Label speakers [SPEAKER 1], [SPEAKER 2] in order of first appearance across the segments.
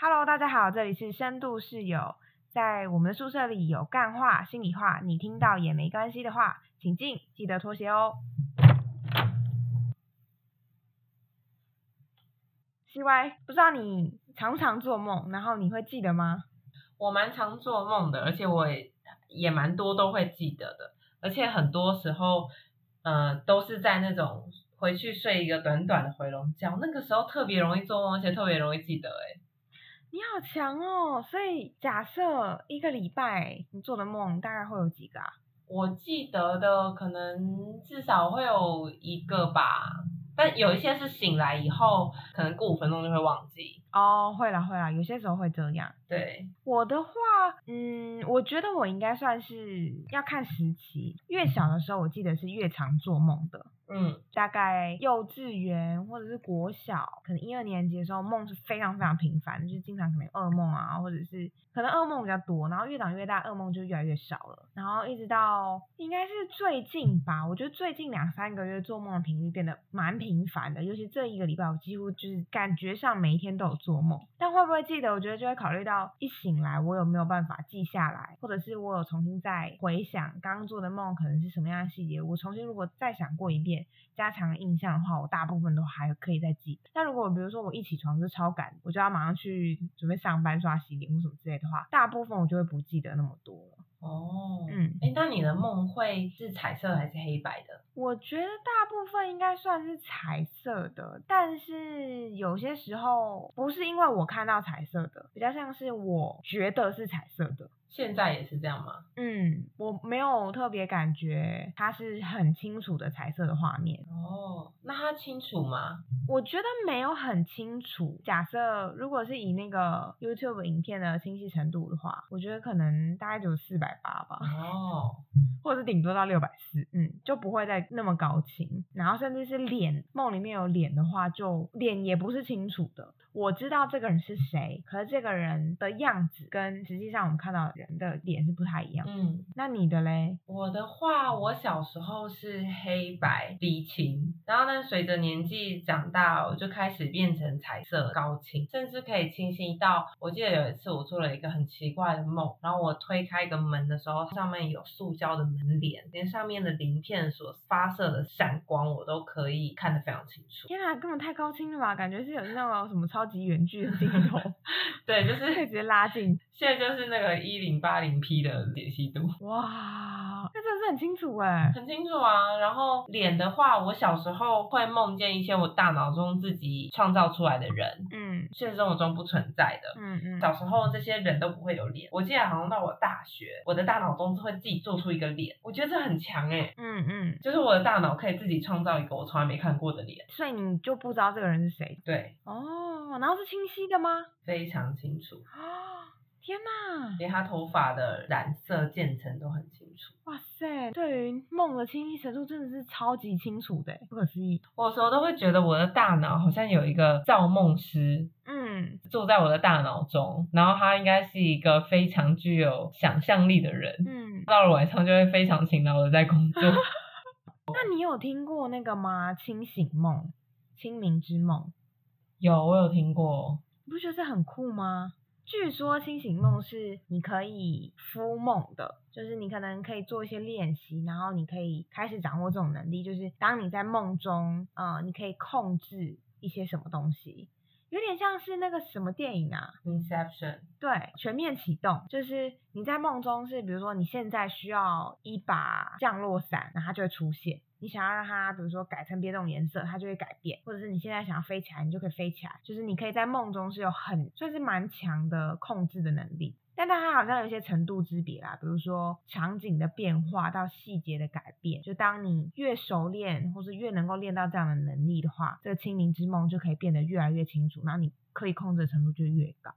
[SPEAKER 1] Hello，大家好，这里是深度室友。在我们的宿舍里有干话、心里话，你听到也没关系的话，请进，记得脱鞋哦。C Y，不知道你常不常做梦，然后你会记得吗？
[SPEAKER 2] 我蛮常做梦的，而且我也也蛮多都会记得的，而且很多时候，呃，都是在那种回去睡一个短短的回笼觉，那个时候特别容易做梦，而且特别容易记得、欸。
[SPEAKER 1] 你好强哦！所以假设一个礼拜你做的梦大概会有几个啊？
[SPEAKER 2] 我记得的可能至少会有一个吧，但有一些是醒来以后，可能过五分钟就会忘记。
[SPEAKER 1] 哦，会啦会啦，有些时候会这样。
[SPEAKER 2] 对，
[SPEAKER 1] 我的话，嗯，我觉得我应该算是要看时期，越小的时候我记得是越常做梦的，
[SPEAKER 2] 嗯，
[SPEAKER 1] 大概幼稚园或者是国小，可能一二年级的时候梦是非常非常频繁的，就是经常可能噩梦啊，或者是可能噩梦比较多，然后越长越大，噩梦就越来越少了，然后一直到应该是最近吧，我觉得最近两三个月做梦的频率变得蛮频繁的，尤其这一个礼拜，我几乎就是感觉上每一天都有做梦，但会不会记得，我觉得就会考虑到一醒来我有没有办法记下来，或者是我有重新再回想刚刚做的梦可能是什么样的细节，我重新如果再想过一遍。加强印象的话，我大部分都还可以再记得。但如果比如说我一起床就超赶，我就要马上去准备上班、刷洗脸或什么之类的话，大部分我就会不记得那么多了。
[SPEAKER 2] 哦，
[SPEAKER 1] 嗯，
[SPEAKER 2] 哎，那你的梦会是彩色还是黑白的？
[SPEAKER 1] 我觉得大部分应该算是彩色的，但是有些时候不是因为我看到彩色的，比较像是我觉得是彩色的。
[SPEAKER 2] 现在也是这样吗？
[SPEAKER 1] 嗯，我没有特别感觉它是很清楚的彩色的画面。
[SPEAKER 2] 哦，那它清楚吗？
[SPEAKER 1] 我觉得没有很清楚。假设如果是以那个 YouTube 影片的清晰程度的话，我觉得可能大概只有四百八吧，
[SPEAKER 2] 哦，
[SPEAKER 1] 或者是顶多到六百四，嗯，就不会再那么高清。然后甚至是脸，梦里面有脸的话就，脸也不是清楚的。我知道这个人是谁，可是这个人的样子跟实际上我们看到的人的脸是不太一样的。
[SPEAKER 2] 嗯，
[SPEAKER 1] 那你的嘞？
[SPEAKER 2] 我的话，我小时候是黑白低清，然后呢，随着年纪长大，我就开始变成彩色高清，甚至可以清晰到，我记得有一次我做了一个很奇怪的梦，然后我推开一个门的时候，上面有塑胶的门帘，连上面的鳞片所发射的闪光，我都可以看得非常清楚。
[SPEAKER 1] 天啊，根本太高清了吧！感觉是有那种什么超级远距的镜头，
[SPEAKER 2] 对，就
[SPEAKER 1] 可以
[SPEAKER 2] 是
[SPEAKER 1] 直接拉近
[SPEAKER 2] 现在就是那个一零八零 P 的解析度。
[SPEAKER 1] 哇，那真的是很清楚哎。
[SPEAKER 2] 很清楚啊。然后脸的话，我小时候会梦见一些我大脑中自己创造出来的人，
[SPEAKER 1] 嗯
[SPEAKER 2] 现实生活中不存在的。
[SPEAKER 1] 嗯嗯，
[SPEAKER 2] 小时候这些人都不会有脸，我记得好像到我大学，我的大脑中会自己做出一个脸，我觉得这很强诶、
[SPEAKER 1] 嗯嗯，
[SPEAKER 2] 就是我的大脑可以自己创造一个我从来没看过的脸，
[SPEAKER 1] 所以你就不知道这个人是谁
[SPEAKER 2] 对，
[SPEAKER 1] 哦，然后是清晰的吗？
[SPEAKER 2] 非常清楚，
[SPEAKER 1] 啊， 天哪！
[SPEAKER 2] 连他头发的染色渐层都很清楚。
[SPEAKER 1] 哇塞，对于梦的清晰程度真的是超级清楚的，欸不可思议。
[SPEAKER 2] 我有时候都会觉得我的大脑好像有一个造梦师，
[SPEAKER 1] 嗯
[SPEAKER 2] 住在我的大脑中，然后他应该是一个非常具有想象力的人。
[SPEAKER 1] 嗯，
[SPEAKER 2] 到了晚上就会非常勤劳的在工作。
[SPEAKER 1] 那你有听过那个吗？清醒梦、清明之梦，
[SPEAKER 2] 有，我有听过。
[SPEAKER 1] 你不觉得这很酷吗？据说清醒梦是你可以敷梦的，就是你可能可以做一些练习，然后你可以开始掌握这种能力，就是当你在梦中，呃，你可以控制一些什么东西，有点像是那个什么电影啊，
[SPEAKER 2] Inception，
[SPEAKER 1] 对，全面启动，就是你在梦中是，比如说你现在需要一把降落伞，然后它就会出现。你想要让它，比如说改成别种颜色，它就会改变；或者是你现在想要飞起来，你就可以飞起来。就是你可以在梦中是有很算是蛮强的控制的能力，但但它好像有一些程度之别啦，比如说场景的变化到细节的改变。就当你越熟练，或是越能够练到这样的能力的话，这个清明之梦就可以变得越来越清楚，然后你可以控制的程度就越高。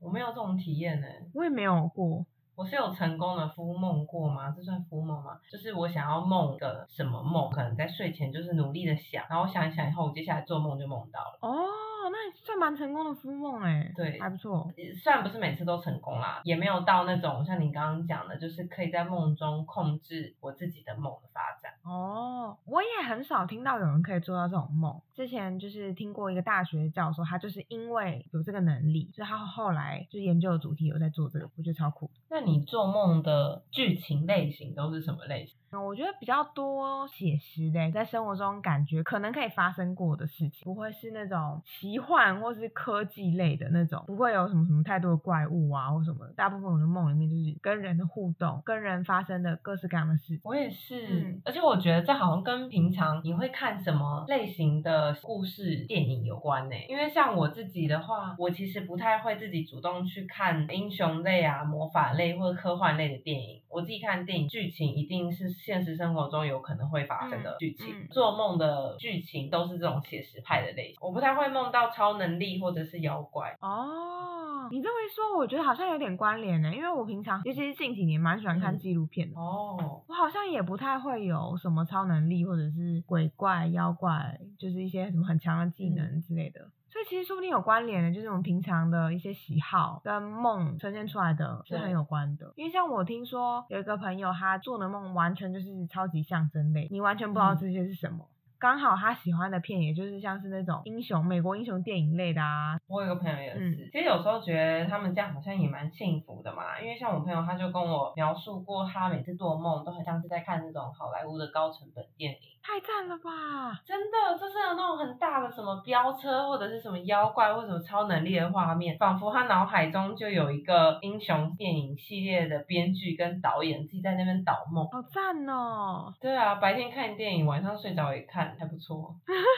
[SPEAKER 2] 我没有这种体验呢、欸
[SPEAKER 1] 我也没有过，
[SPEAKER 2] 我是有成功的敷梦过吗？这算敷梦吗？就是我想要梦个什么梦，可能在睡前就是努力的想，然后想一想以后，我接下来做梦就梦到了。
[SPEAKER 1] 哦，那也算蛮成功的敷梦哎，
[SPEAKER 2] 对
[SPEAKER 1] 还不错。
[SPEAKER 2] 虽然不是每次都成功啦，也没有到那种像你刚刚讲的，就是可以在梦中控制我自己的梦的发展。
[SPEAKER 1] 哦，我也很少听到有人可以做到这种梦。之前就是听过一个大学教授，他就是因为有这个能力，所以他后来就研究的主题有在做这个，我觉得超酷。
[SPEAKER 2] 那你做梦的剧情类型都是什么类型？
[SPEAKER 1] 嗯，我觉得比较多写实的，欸在生活中感觉可能可以发生过的事情，不会是那种奇幻或是科技类的那种，不会有什么什么太多的怪物啊或什么的。大部分我的梦里面就是跟人的互动，跟人发生的各式各样的事情。
[SPEAKER 2] 我也是，
[SPEAKER 1] 嗯
[SPEAKER 2] 而且我觉得这好像跟平常你会看什么类型的故事电影有关呢、因为像我自己的话，我其实不太会自己主动去看英雄类啊、魔法类或者科幻类的电影。我自己看电影剧情一定是现实生活中有可能会发生的剧情，
[SPEAKER 1] 嗯嗯
[SPEAKER 2] 做梦的剧情都是这种写实派的类型。我不太会梦到超能力或者是妖怪。
[SPEAKER 1] 哦，你这么一说，我觉得好像有点关联呢，因为我平常尤其是近几年蛮喜欢看
[SPEAKER 2] 嗯
[SPEAKER 1] 纪录片的。
[SPEAKER 2] 哦，
[SPEAKER 1] 我好像也不太会有什么超能力，或者是鬼怪、妖怪，就是一些什么很强的技
[SPEAKER 2] 嗯
[SPEAKER 1] 能之类的。所以其实说不定有关联的，就是我们平常的一些喜好跟梦呈现出来的是很
[SPEAKER 2] 对
[SPEAKER 1] 有关的。因为像我听说有一个朋友，他做的梦完全就是超级象征类，你完全不知道
[SPEAKER 2] 嗯
[SPEAKER 1] 这些是什么。刚好他喜欢的片，也就是像是那种英雄、美国英雄电影类的啊，
[SPEAKER 2] 我有个朋友也是，
[SPEAKER 1] 嗯
[SPEAKER 2] 其实有时候觉得他们这样好像也蛮幸福的嘛，因为像我朋友他就跟我描述过，他每次做梦都很像是在看那种好莱坞的高成本电影，
[SPEAKER 1] 太赞了吧！
[SPEAKER 2] 真的就是有那种很大的什么飙车或者是什么妖怪或者什么超能力的画面，仿佛他脑海中就有一个英雄电影系列的编剧跟导演自己在那边导梦。
[SPEAKER 1] 好赞哦！
[SPEAKER 2] 对啊，白天看电影，晚上睡着也看，还不错。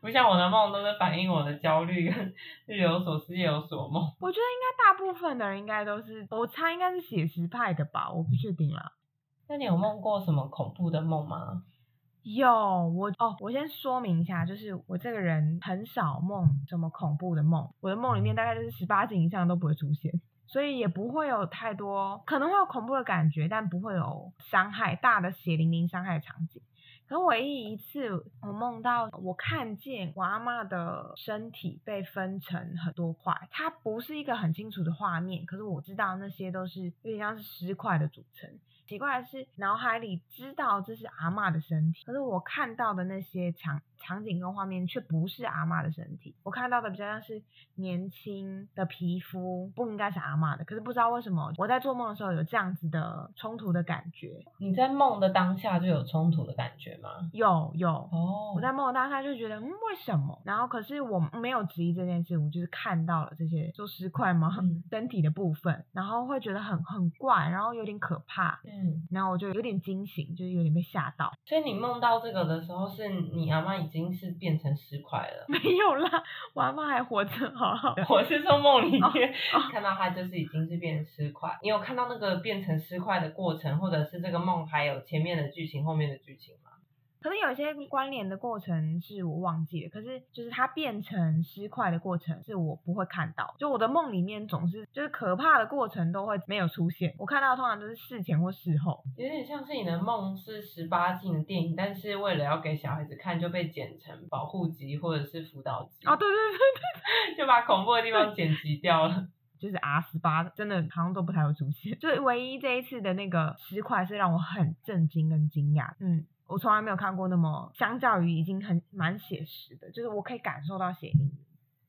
[SPEAKER 2] 不像我的梦都是反映我的焦虑，跟日有所思夜有所梦。
[SPEAKER 1] 我觉得应该大部分的人应该都是，我猜应该是写实派的吧，我不确定啦。
[SPEAKER 2] 那你有梦过什么恐怖的梦吗？
[SPEAKER 1] 有我哦，我先说明一下，就是我这个人很少梦什么恐怖的梦，我的梦里面大概就是十八禁以上都不会出现，所以也不会有太多，可能会有恐怖的感觉，但不会有伤害大的血淋淋伤害场景。可唯一一次，我梦到我看见我阿嬷的身体被分成很多块，它不是一个很清楚的画面，可是我知道那些都是有点像是尸块的组成。奇怪的是，脑海里知道这是阿嬷的身体，可是我看到的那些场场景跟画面却不是阿嬷的身体，我看到的比较像是年轻的皮肤，不应该是阿嬷的。可是不知道为什么，我在做梦的时候有这样子的冲突的感觉，
[SPEAKER 2] 你在梦的当下就有冲突的感觉吗？
[SPEAKER 1] 有有。
[SPEAKER 2] 哦
[SPEAKER 1] 我在梦当下就觉得，嗯，为什么？然后可是我没有质疑这件事，我就是看到了这些做尸块吗？
[SPEAKER 2] 嗯
[SPEAKER 1] 身体的部分，然后会觉得很很怪，然后有点可怕，
[SPEAKER 2] 嗯，
[SPEAKER 1] 然后我就有点惊醒，就是有点被吓到。
[SPEAKER 2] 所以你梦到这个的时候，是你阿妈已经是变成尸块了。
[SPEAKER 1] 没有啦，我阿妈还活着，好好的。
[SPEAKER 2] 我是说梦里面、
[SPEAKER 1] 哦
[SPEAKER 2] 看到它就是已经是变成尸块，你有看到那个变成尸块的过程，或者是这个梦还有前面的剧情、后面的剧情吗？
[SPEAKER 1] 可能有一些关联的过程是我忘记了，可是就是它变成尸块的过程是我不会看到，就我的梦里面总是就是可怕的过程都会没有出现，我看到的通常都是事前或事后。
[SPEAKER 2] 有点像是你的梦是十八禁的电影，但是为了要给小孩子看，就被剪成保护级或者是辅导级，
[SPEAKER 1] 哦，对对对，
[SPEAKER 2] 就把恐怖的地方剪辑掉了。
[SPEAKER 1] 就是 R 十八真的好像都不太会出现， 就是唯一这一次的那个尸块是让我很震惊跟惊讶，嗯。我从来没有看过那么，相较于已经很蛮写实的，就是我可以感受到血淋淋。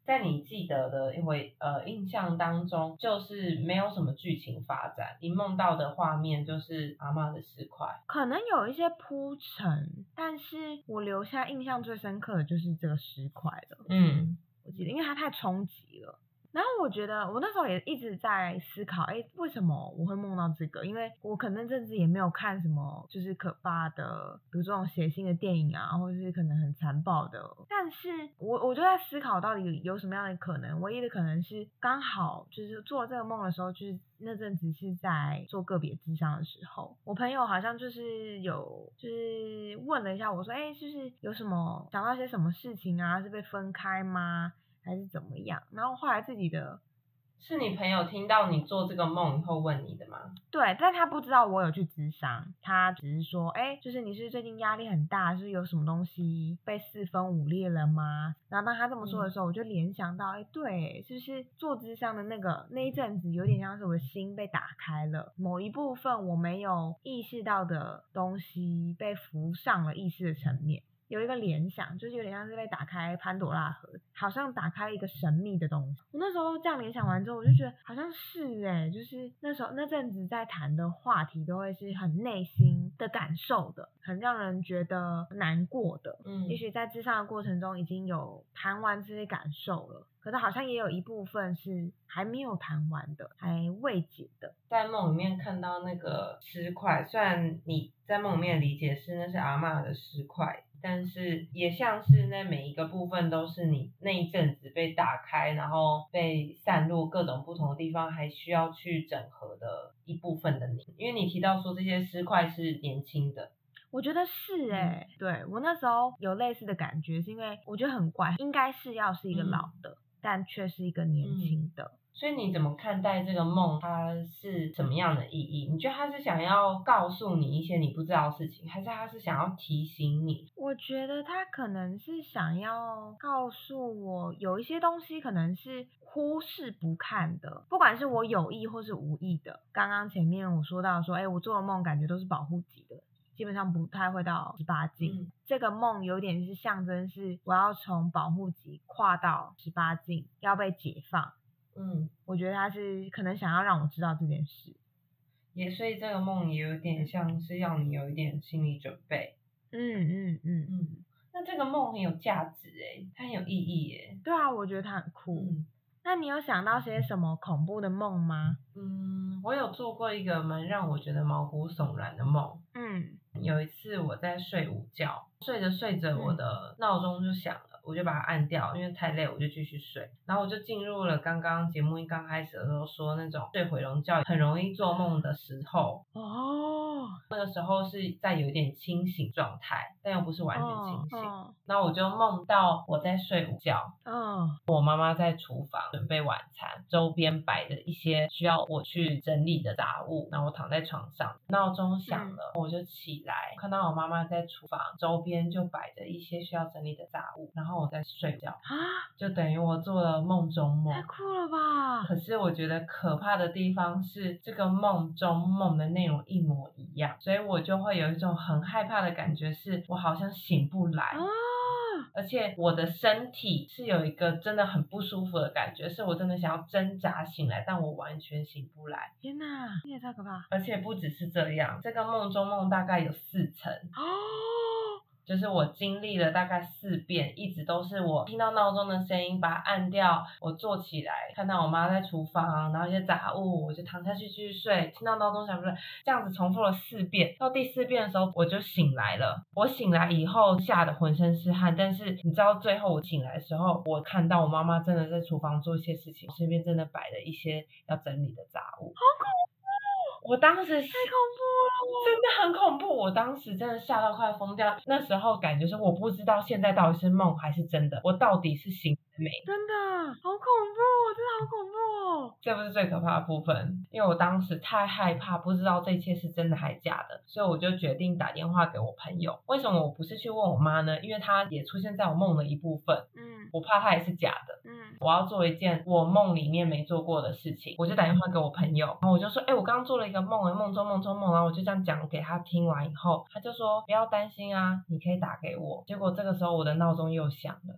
[SPEAKER 2] 在你记得的回呃印象当中，就是没有什么剧情发展，你梦到的画面就是阿嬷的尸块。
[SPEAKER 1] 可能有一些铺陈，但是我留下印象最深刻的就是这个石块了。
[SPEAKER 2] 嗯，
[SPEAKER 1] 我记得，因为它太冲击了。然后我觉得，我那时候也一直在思考，哎，为什么我会梦到这个？因为我可能甚至也没有看什么，就是可怕的，比如这种血腥的电影啊，或者是可能很残暴的。但是我我就在思考，到底有有什么样的可能？唯一的可能是刚好就是做这个梦的时候，就是那阵子是在做个别智商的时候，我朋友好像就是有就是问了一下我说，哎，就是有什么想到些什么事情啊？是被分开吗？还是怎么样？然后后来自己的
[SPEAKER 2] 是你朋友听到你做这个梦以后问你的吗？
[SPEAKER 1] 对，但他不知道我有去咨商，他只是说，哎，就是你是最近压力很大，是有什么东西被四分五裂了吗？然后当他这么说的时候，我就联想到，哎，对，是不是做咨商的那个那一阵子，有点像是我的心被打开了，某一部分我没有意识到的东西被浮上了意识的层面。有一个联想，就是有点像是被打开潘朵拉盒，好像打开了一个神秘的东西。我那时候这样联想完之后，我就觉得好像是哎、就是那时候那阵子在谈的话题都会是很内心的感受的，很让人觉得难过的。
[SPEAKER 2] 嗯
[SPEAKER 1] 也许在智商的过程中已经有谈完这些感受了，可是好像也有一部分是还没有谈完的，还未解的。
[SPEAKER 2] 在梦里面看到那个尸块，虽然你在梦里面理解是那是阿嬷的尸块，但是也像是那每一个部分都是你那一阵子被打开，然后被散落各种不同的地方，还需要去整合的一部分的你。因为你提到说这些尸块是年轻的，
[SPEAKER 1] 我觉得是哎、
[SPEAKER 2] 嗯
[SPEAKER 1] 对我那时候有类似的感觉，是因为我觉得很怪，应该是要是一个
[SPEAKER 2] 嗯
[SPEAKER 1] 老的，但却是一个年
[SPEAKER 2] 嗯
[SPEAKER 1] 轻的。
[SPEAKER 2] 所以你怎么看待这个梦？它是什么样的意义？你觉得它是想要告诉你一些你不知道的事情，还是它是想要提醒你？
[SPEAKER 1] 我觉得他可能是想要告诉我，有一些东西可能是忽视不看的，不管是我有意或是无意的。刚刚前面我说到说，哎，我做的梦感觉都是保护级的，基本上不太会到十八禁。
[SPEAKER 2] 嗯
[SPEAKER 1] 这个梦有点是象征，是我要从保护级跨到十八禁，要被解放。
[SPEAKER 2] 嗯，
[SPEAKER 1] 我觉得他是可能想要让我知道这件事。
[SPEAKER 2] 也所以这个梦也有点像是要你有一点心理准备。
[SPEAKER 1] 嗯嗯嗯，
[SPEAKER 2] 嗯，那这个梦很有价值诶，它很有意义欸诶。
[SPEAKER 1] 对啊，我觉得他很酷。
[SPEAKER 2] 嗯
[SPEAKER 1] 那你有想到些什么恐怖的梦吗？
[SPEAKER 2] 嗯，我有做过一个蛮让我觉得毛骨悚然的梦。
[SPEAKER 1] 嗯。
[SPEAKER 2] 有一次我在睡午觉，睡着睡着，我的闹钟就响了，我就把它按掉，因为太累，我就继续睡。然后我就进入了刚刚节目一刚开始的时候说那种睡回笼觉很容易做梦的时候，
[SPEAKER 1] 哦，
[SPEAKER 2] 那个时候是在有一点清醒状态，但又不是完全清醒。
[SPEAKER 1] 嗯
[SPEAKER 2] 那我就梦到我在睡午觉，
[SPEAKER 1] 嗯
[SPEAKER 2] 我妈妈在厨房准备晚餐，周边摆的一些需要我去整理的杂物，然后我躺在床上，闹钟响了，我就起来，看到我妈妈在厨房周边就摆着一些需要整理的杂物，然后我在睡觉，
[SPEAKER 1] 啊，
[SPEAKER 2] 就等于我做了梦中梦
[SPEAKER 1] 太。 酷了吧！
[SPEAKER 2] 可是我觉得可怕的地方是，这个梦中梦的内容一模一样，所以我就会有一种很害怕的感觉，是我好像醒不来。
[SPEAKER 1] 啊，
[SPEAKER 2] 而且我的身体是有一个真的很不舒服的感觉，是我真的想要挣扎醒来，但我完全醒不来。
[SPEAKER 1] 天哪，你也太可怕！
[SPEAKER 2] 而且不只是这样，这个梦中梦大概有四层，
[SPEAKER 1] 哦，
[SPEAKER 2] 就是我经历了大概四遍，一直都是我听到闹钟的声音，把它按掉，我坐起来，看到我妈在厨房，然后一些杂物，我就躺下去继续睡，听到闹钟响，不是这样子重复了四遍，到第四遍的时候我就醒来了。我醒来以后吓得浑身是汗，但是你知道最后我醒来的时候，我看到我妈妈真的在厨房做一些事情，身边真的摆了一些要整理的杂物，好恐怖！哦我当时
[SPEAKER 1] 太恐
[SPEAKER 2] 真的很恐怖，我当时真的吓到快疯掉。那时候感觉是我不知道现在到底是梦还是真的，我到底是醒了没？
[SPEAKER 1] 怖了，真的好恐怖，哦真的好恐怖哦！
[SPEAKER 2] 这不是最可怕的部分，因为我当时太害怕，不知道这一切是真的还假的，所以我就决定打电话给我朋友。为什么我不是去问我妈呢？因为她也出现在我梦的一部分，
[SPEAKER 1] 嗯
[SPEAKER 2] 我怕她也是假的。
[SPEAKER 1] 嗯
[SPEAKER 2] 我要做一件我梦里面没做过的事情，我就打电话给我朋友，然后我就说，哎、我刚刚做了一个梦，哎梦中梦中梦，然后我就这样讲给他听完以后，他就说不要担心啊，你可以打给我。结果这个时候我的闹钟又响了。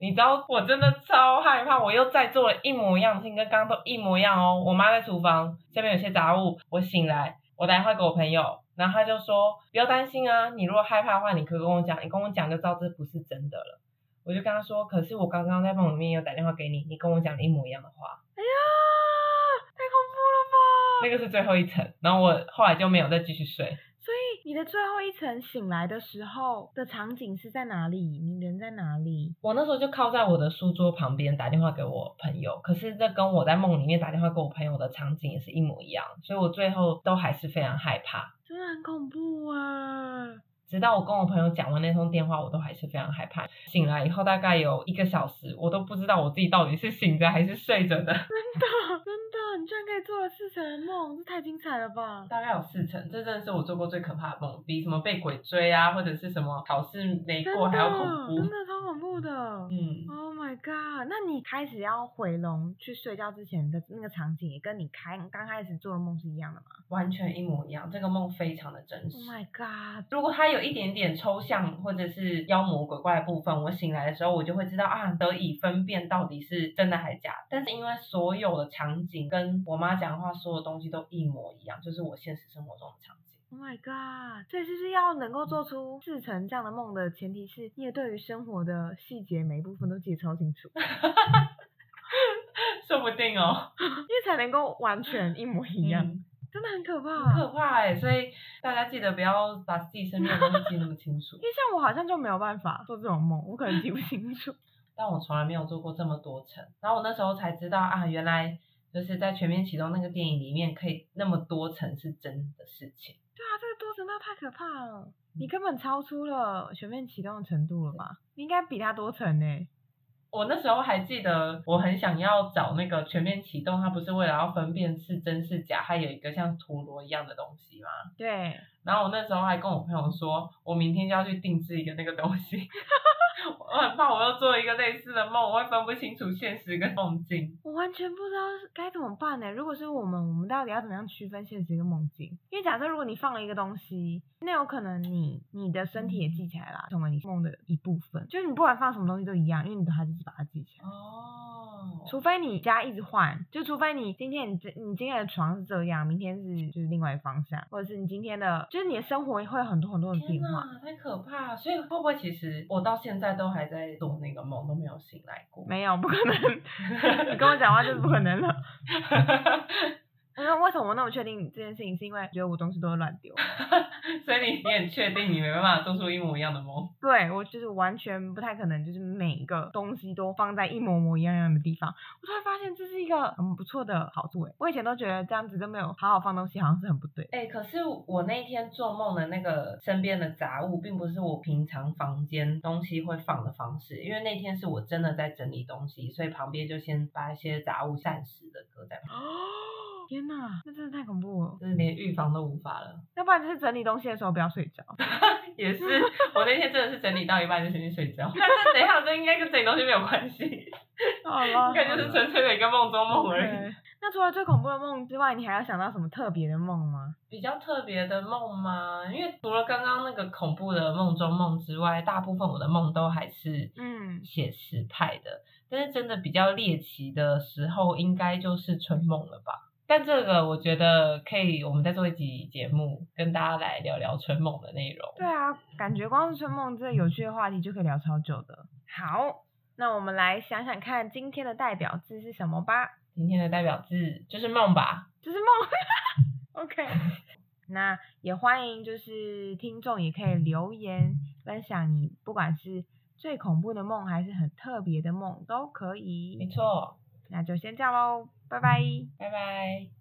[SPEAKER 2] 你知道我真的超害怕，我又再做了一模一样的事情，跟刚刚都一模一样哦。我妈在厨房，这边有些杂物，我醒来，我打电话给我朋友，然后他就说不要担心啊，你如果害怕的话，你可以跟我讲，你跟我讲就知道这不是真的了。我就跟他说，可是我刚刚在梦里面有打电话给你，你跟我讲了一模一样的话，
[SPEAKER 1] 啊，哎太恐怖了吧！
[SPEAKER 2] 那个是最后一层。然后我后来就没有再继续睡，
[SPEAKER 1] 所以你的最后一层醒来的时候的场景是在哪里？你人在哪里？
[SPEAKER 2] 我那时候就靠在我的书桌旁边打电话给我朋友，可是这跟我在梦里面打电话给我朋友的场景也是一模一样，所以我最后都还是非常害怕。
[SPEAKER 1] 真的很恐怖啊！
[SPEAKER 2] 直到我跟我朋友讲完那通电话，我都还是非常害怕。醒来以后大概有一个小时，我都不知道我自己到底是醒着还是睡着的。
[SPEAKER 1] 真的，你居然可以做了四成的梦，这太精彩了吧！
[SPEAKER 2] 大概有四成，这真的是我做过最可怕的梦，比什么被鬼追啊，或者是什么考试没
[SPEAKER 1] 真
[SPEAKER 2] 过
[SPEAKER 1] 的，
[SPEAKER 2] 还要恐
[SPEAKER 1] 真
[SPEAKER 2] 怖。
[SPEAKER 1] 的超恐怖的。
[SPEAKER 2] 嗯，
[SPEAKER 1] Oh my god！那你开始要回笼去睡觉之前的那个场景，也跟你开刚开始做的梦是一样的吗
[SPEAKER 2] 完全一模一样，这个梦非常的真实
[SPEAKER 1] ？Oh。my god！
[SPEAKER 2] 如果它有一点点抽象或者是妖魔鬼怪的部分，我醒来的时候我就会知道啊，得以分辨到底是真的还假的。但是因为所有的场景跟我妈讲话所有东西都一模一样，就是我现实生活中的场景。
[SPEAKER 1] Oh my god！所以就是要能够做出四成这样的梦的前提是，你也对于生活的细节每一部分都记得超清 楚，
[SPEAKER 2] 说不定哦，
[SPEAKER 1] 因为才能够完全一模一样，
[SPEAKER 2] 嗯
[SPEAKER 1] 真的很可
[SPEAKER 2] 很
[SPEAKER 1] 怕。
[SPEAKER 2] 可怕哎！所以大家记得不要把自己身边的东西记那么清楚
[SPEAKER 1] 因。为像我好像就没有办法做这种梦，我可能记不清 楚。
[SPEAKER 2] 但我从来没有做过这么多层。然后我那时候才知道啊，原来就是在《全面启动》那个电影里面，可以那么多层是真的事情。
[SPEAKER 1] 对啊，这个多层那太可怕了，
[SPEAKER 2] 嗯
[SPEAKER 1] 你根本超出了全面启动的程度了吧？你应该比他多层呢、
[SPEAKER 2] 我那时候还记得，我很想要找那个全面启动，它不是为了要分辨是真是假，它有一个像陀螺一样的东西嘛。
[SPEAKER 1] 对，
[SPEAKER 2] 然后我那时候还跟我朋友说，我明天就要去定制一个那个东西， 我很怕我又做一个类似的梦，我会分不清楚现实跟梦境。
[SPEAKER 1] 我完全不知道是该怎么办呢、如果是我们，我们到底要怎么样区分现实跟梦境？因为假设如果你放了一个东西，那有可能你你的身体也记起来了，成为你梦的一部分。就是你不管放什么东西都一样，因为你都还是把它记起来。
[SPEAKER 2] 哦
[SPEAKER 1] 除非你家一直换，就除非你今天你这你今天的床是这样，明天是就是另外一个方向，或者是你今天的就是你的生活会有很多很多的
[SPEAKER 2] 天
[SPEAKER 1] 变化。
[SPEAKER 2] 哪，太可怕了！所以会不会其实我到现在都还在做那个梦，都没有醒来过？
[SPEAKER 1] 没有，不可能， 你跟我讲话就是不可能了。因为为什么我那么确定这件事情，是因为觉得我东西都会乱丢。
[SPEAKER 2] 所以你你很确定你没办法做出一模一样的梦？
[SPEAKER 1] 对我就是完全不太可能，就是每一个东西都放在一模模一样样的地方。我突然发现这是一个很不错的好处欸诶，我以前都觉得这样子都没有好好放东西，好像是很不对。
[SPEAKER 2] 哎、可是我那一天做梦的那个身边的杂物，并不是我平常房间东西会放的方式，因为那天是我真的在整理东西，所以旁边就先把一些杂物暂时的搁在旁
[SPEAKER 1] 哦，天哪，那真的太恐怖了。
[SPEAKER 2] 边，就是连预防都无法了。
[SPEAKER 1] 要不然就是整理东西的时候不要睡着。
[SPEAKER 2] 也是，我那天真的是整理到一半就先去睡觉。 但是等一下，这应该跟整理东西没有关 系，应
[SPEAKER 1] 好了，
[SPEAKER 2] 该就是纯粹哦的一个梦中梦而已。
[SPEAKER 1] 对那除了最恐怖的梦之外，你还要想到什么特别的梦吗？
[SPEAKER 2] 比较特别的梦吗？因为除了刚刚那个恐怖的梦中梦之外，大部分我的梦都还是
[SPEAKER 1] 嗯
[SPEAKER 2] 写实派的。但是真的比较猎奇的时候，应该就是春梦了吧？但这个我觉得可以，我们再做一集节目，跟大家来聊聊春梦的内容。
[SPEAKER 1] 对啊，感觉光是春梦这有趣的话题就可以聊超久的。好，那我们来想想看今天的代表字是什么吧，
[SPEAKER 2] 今天的代表字就是梦吧。
[SPEAKER 1] 就是梦。OK，那也欢迎就是听众也可以留言分享你不管是最恐怖的梦还是很特别的梦都可
[SPEAKER 2] 没
[SPEAKER 1] 以。
[SPEAKER 2] 错，
[SPEAKER 1] 那就先这样喽，拜拜。
[SPEAKER 2] 拜拜。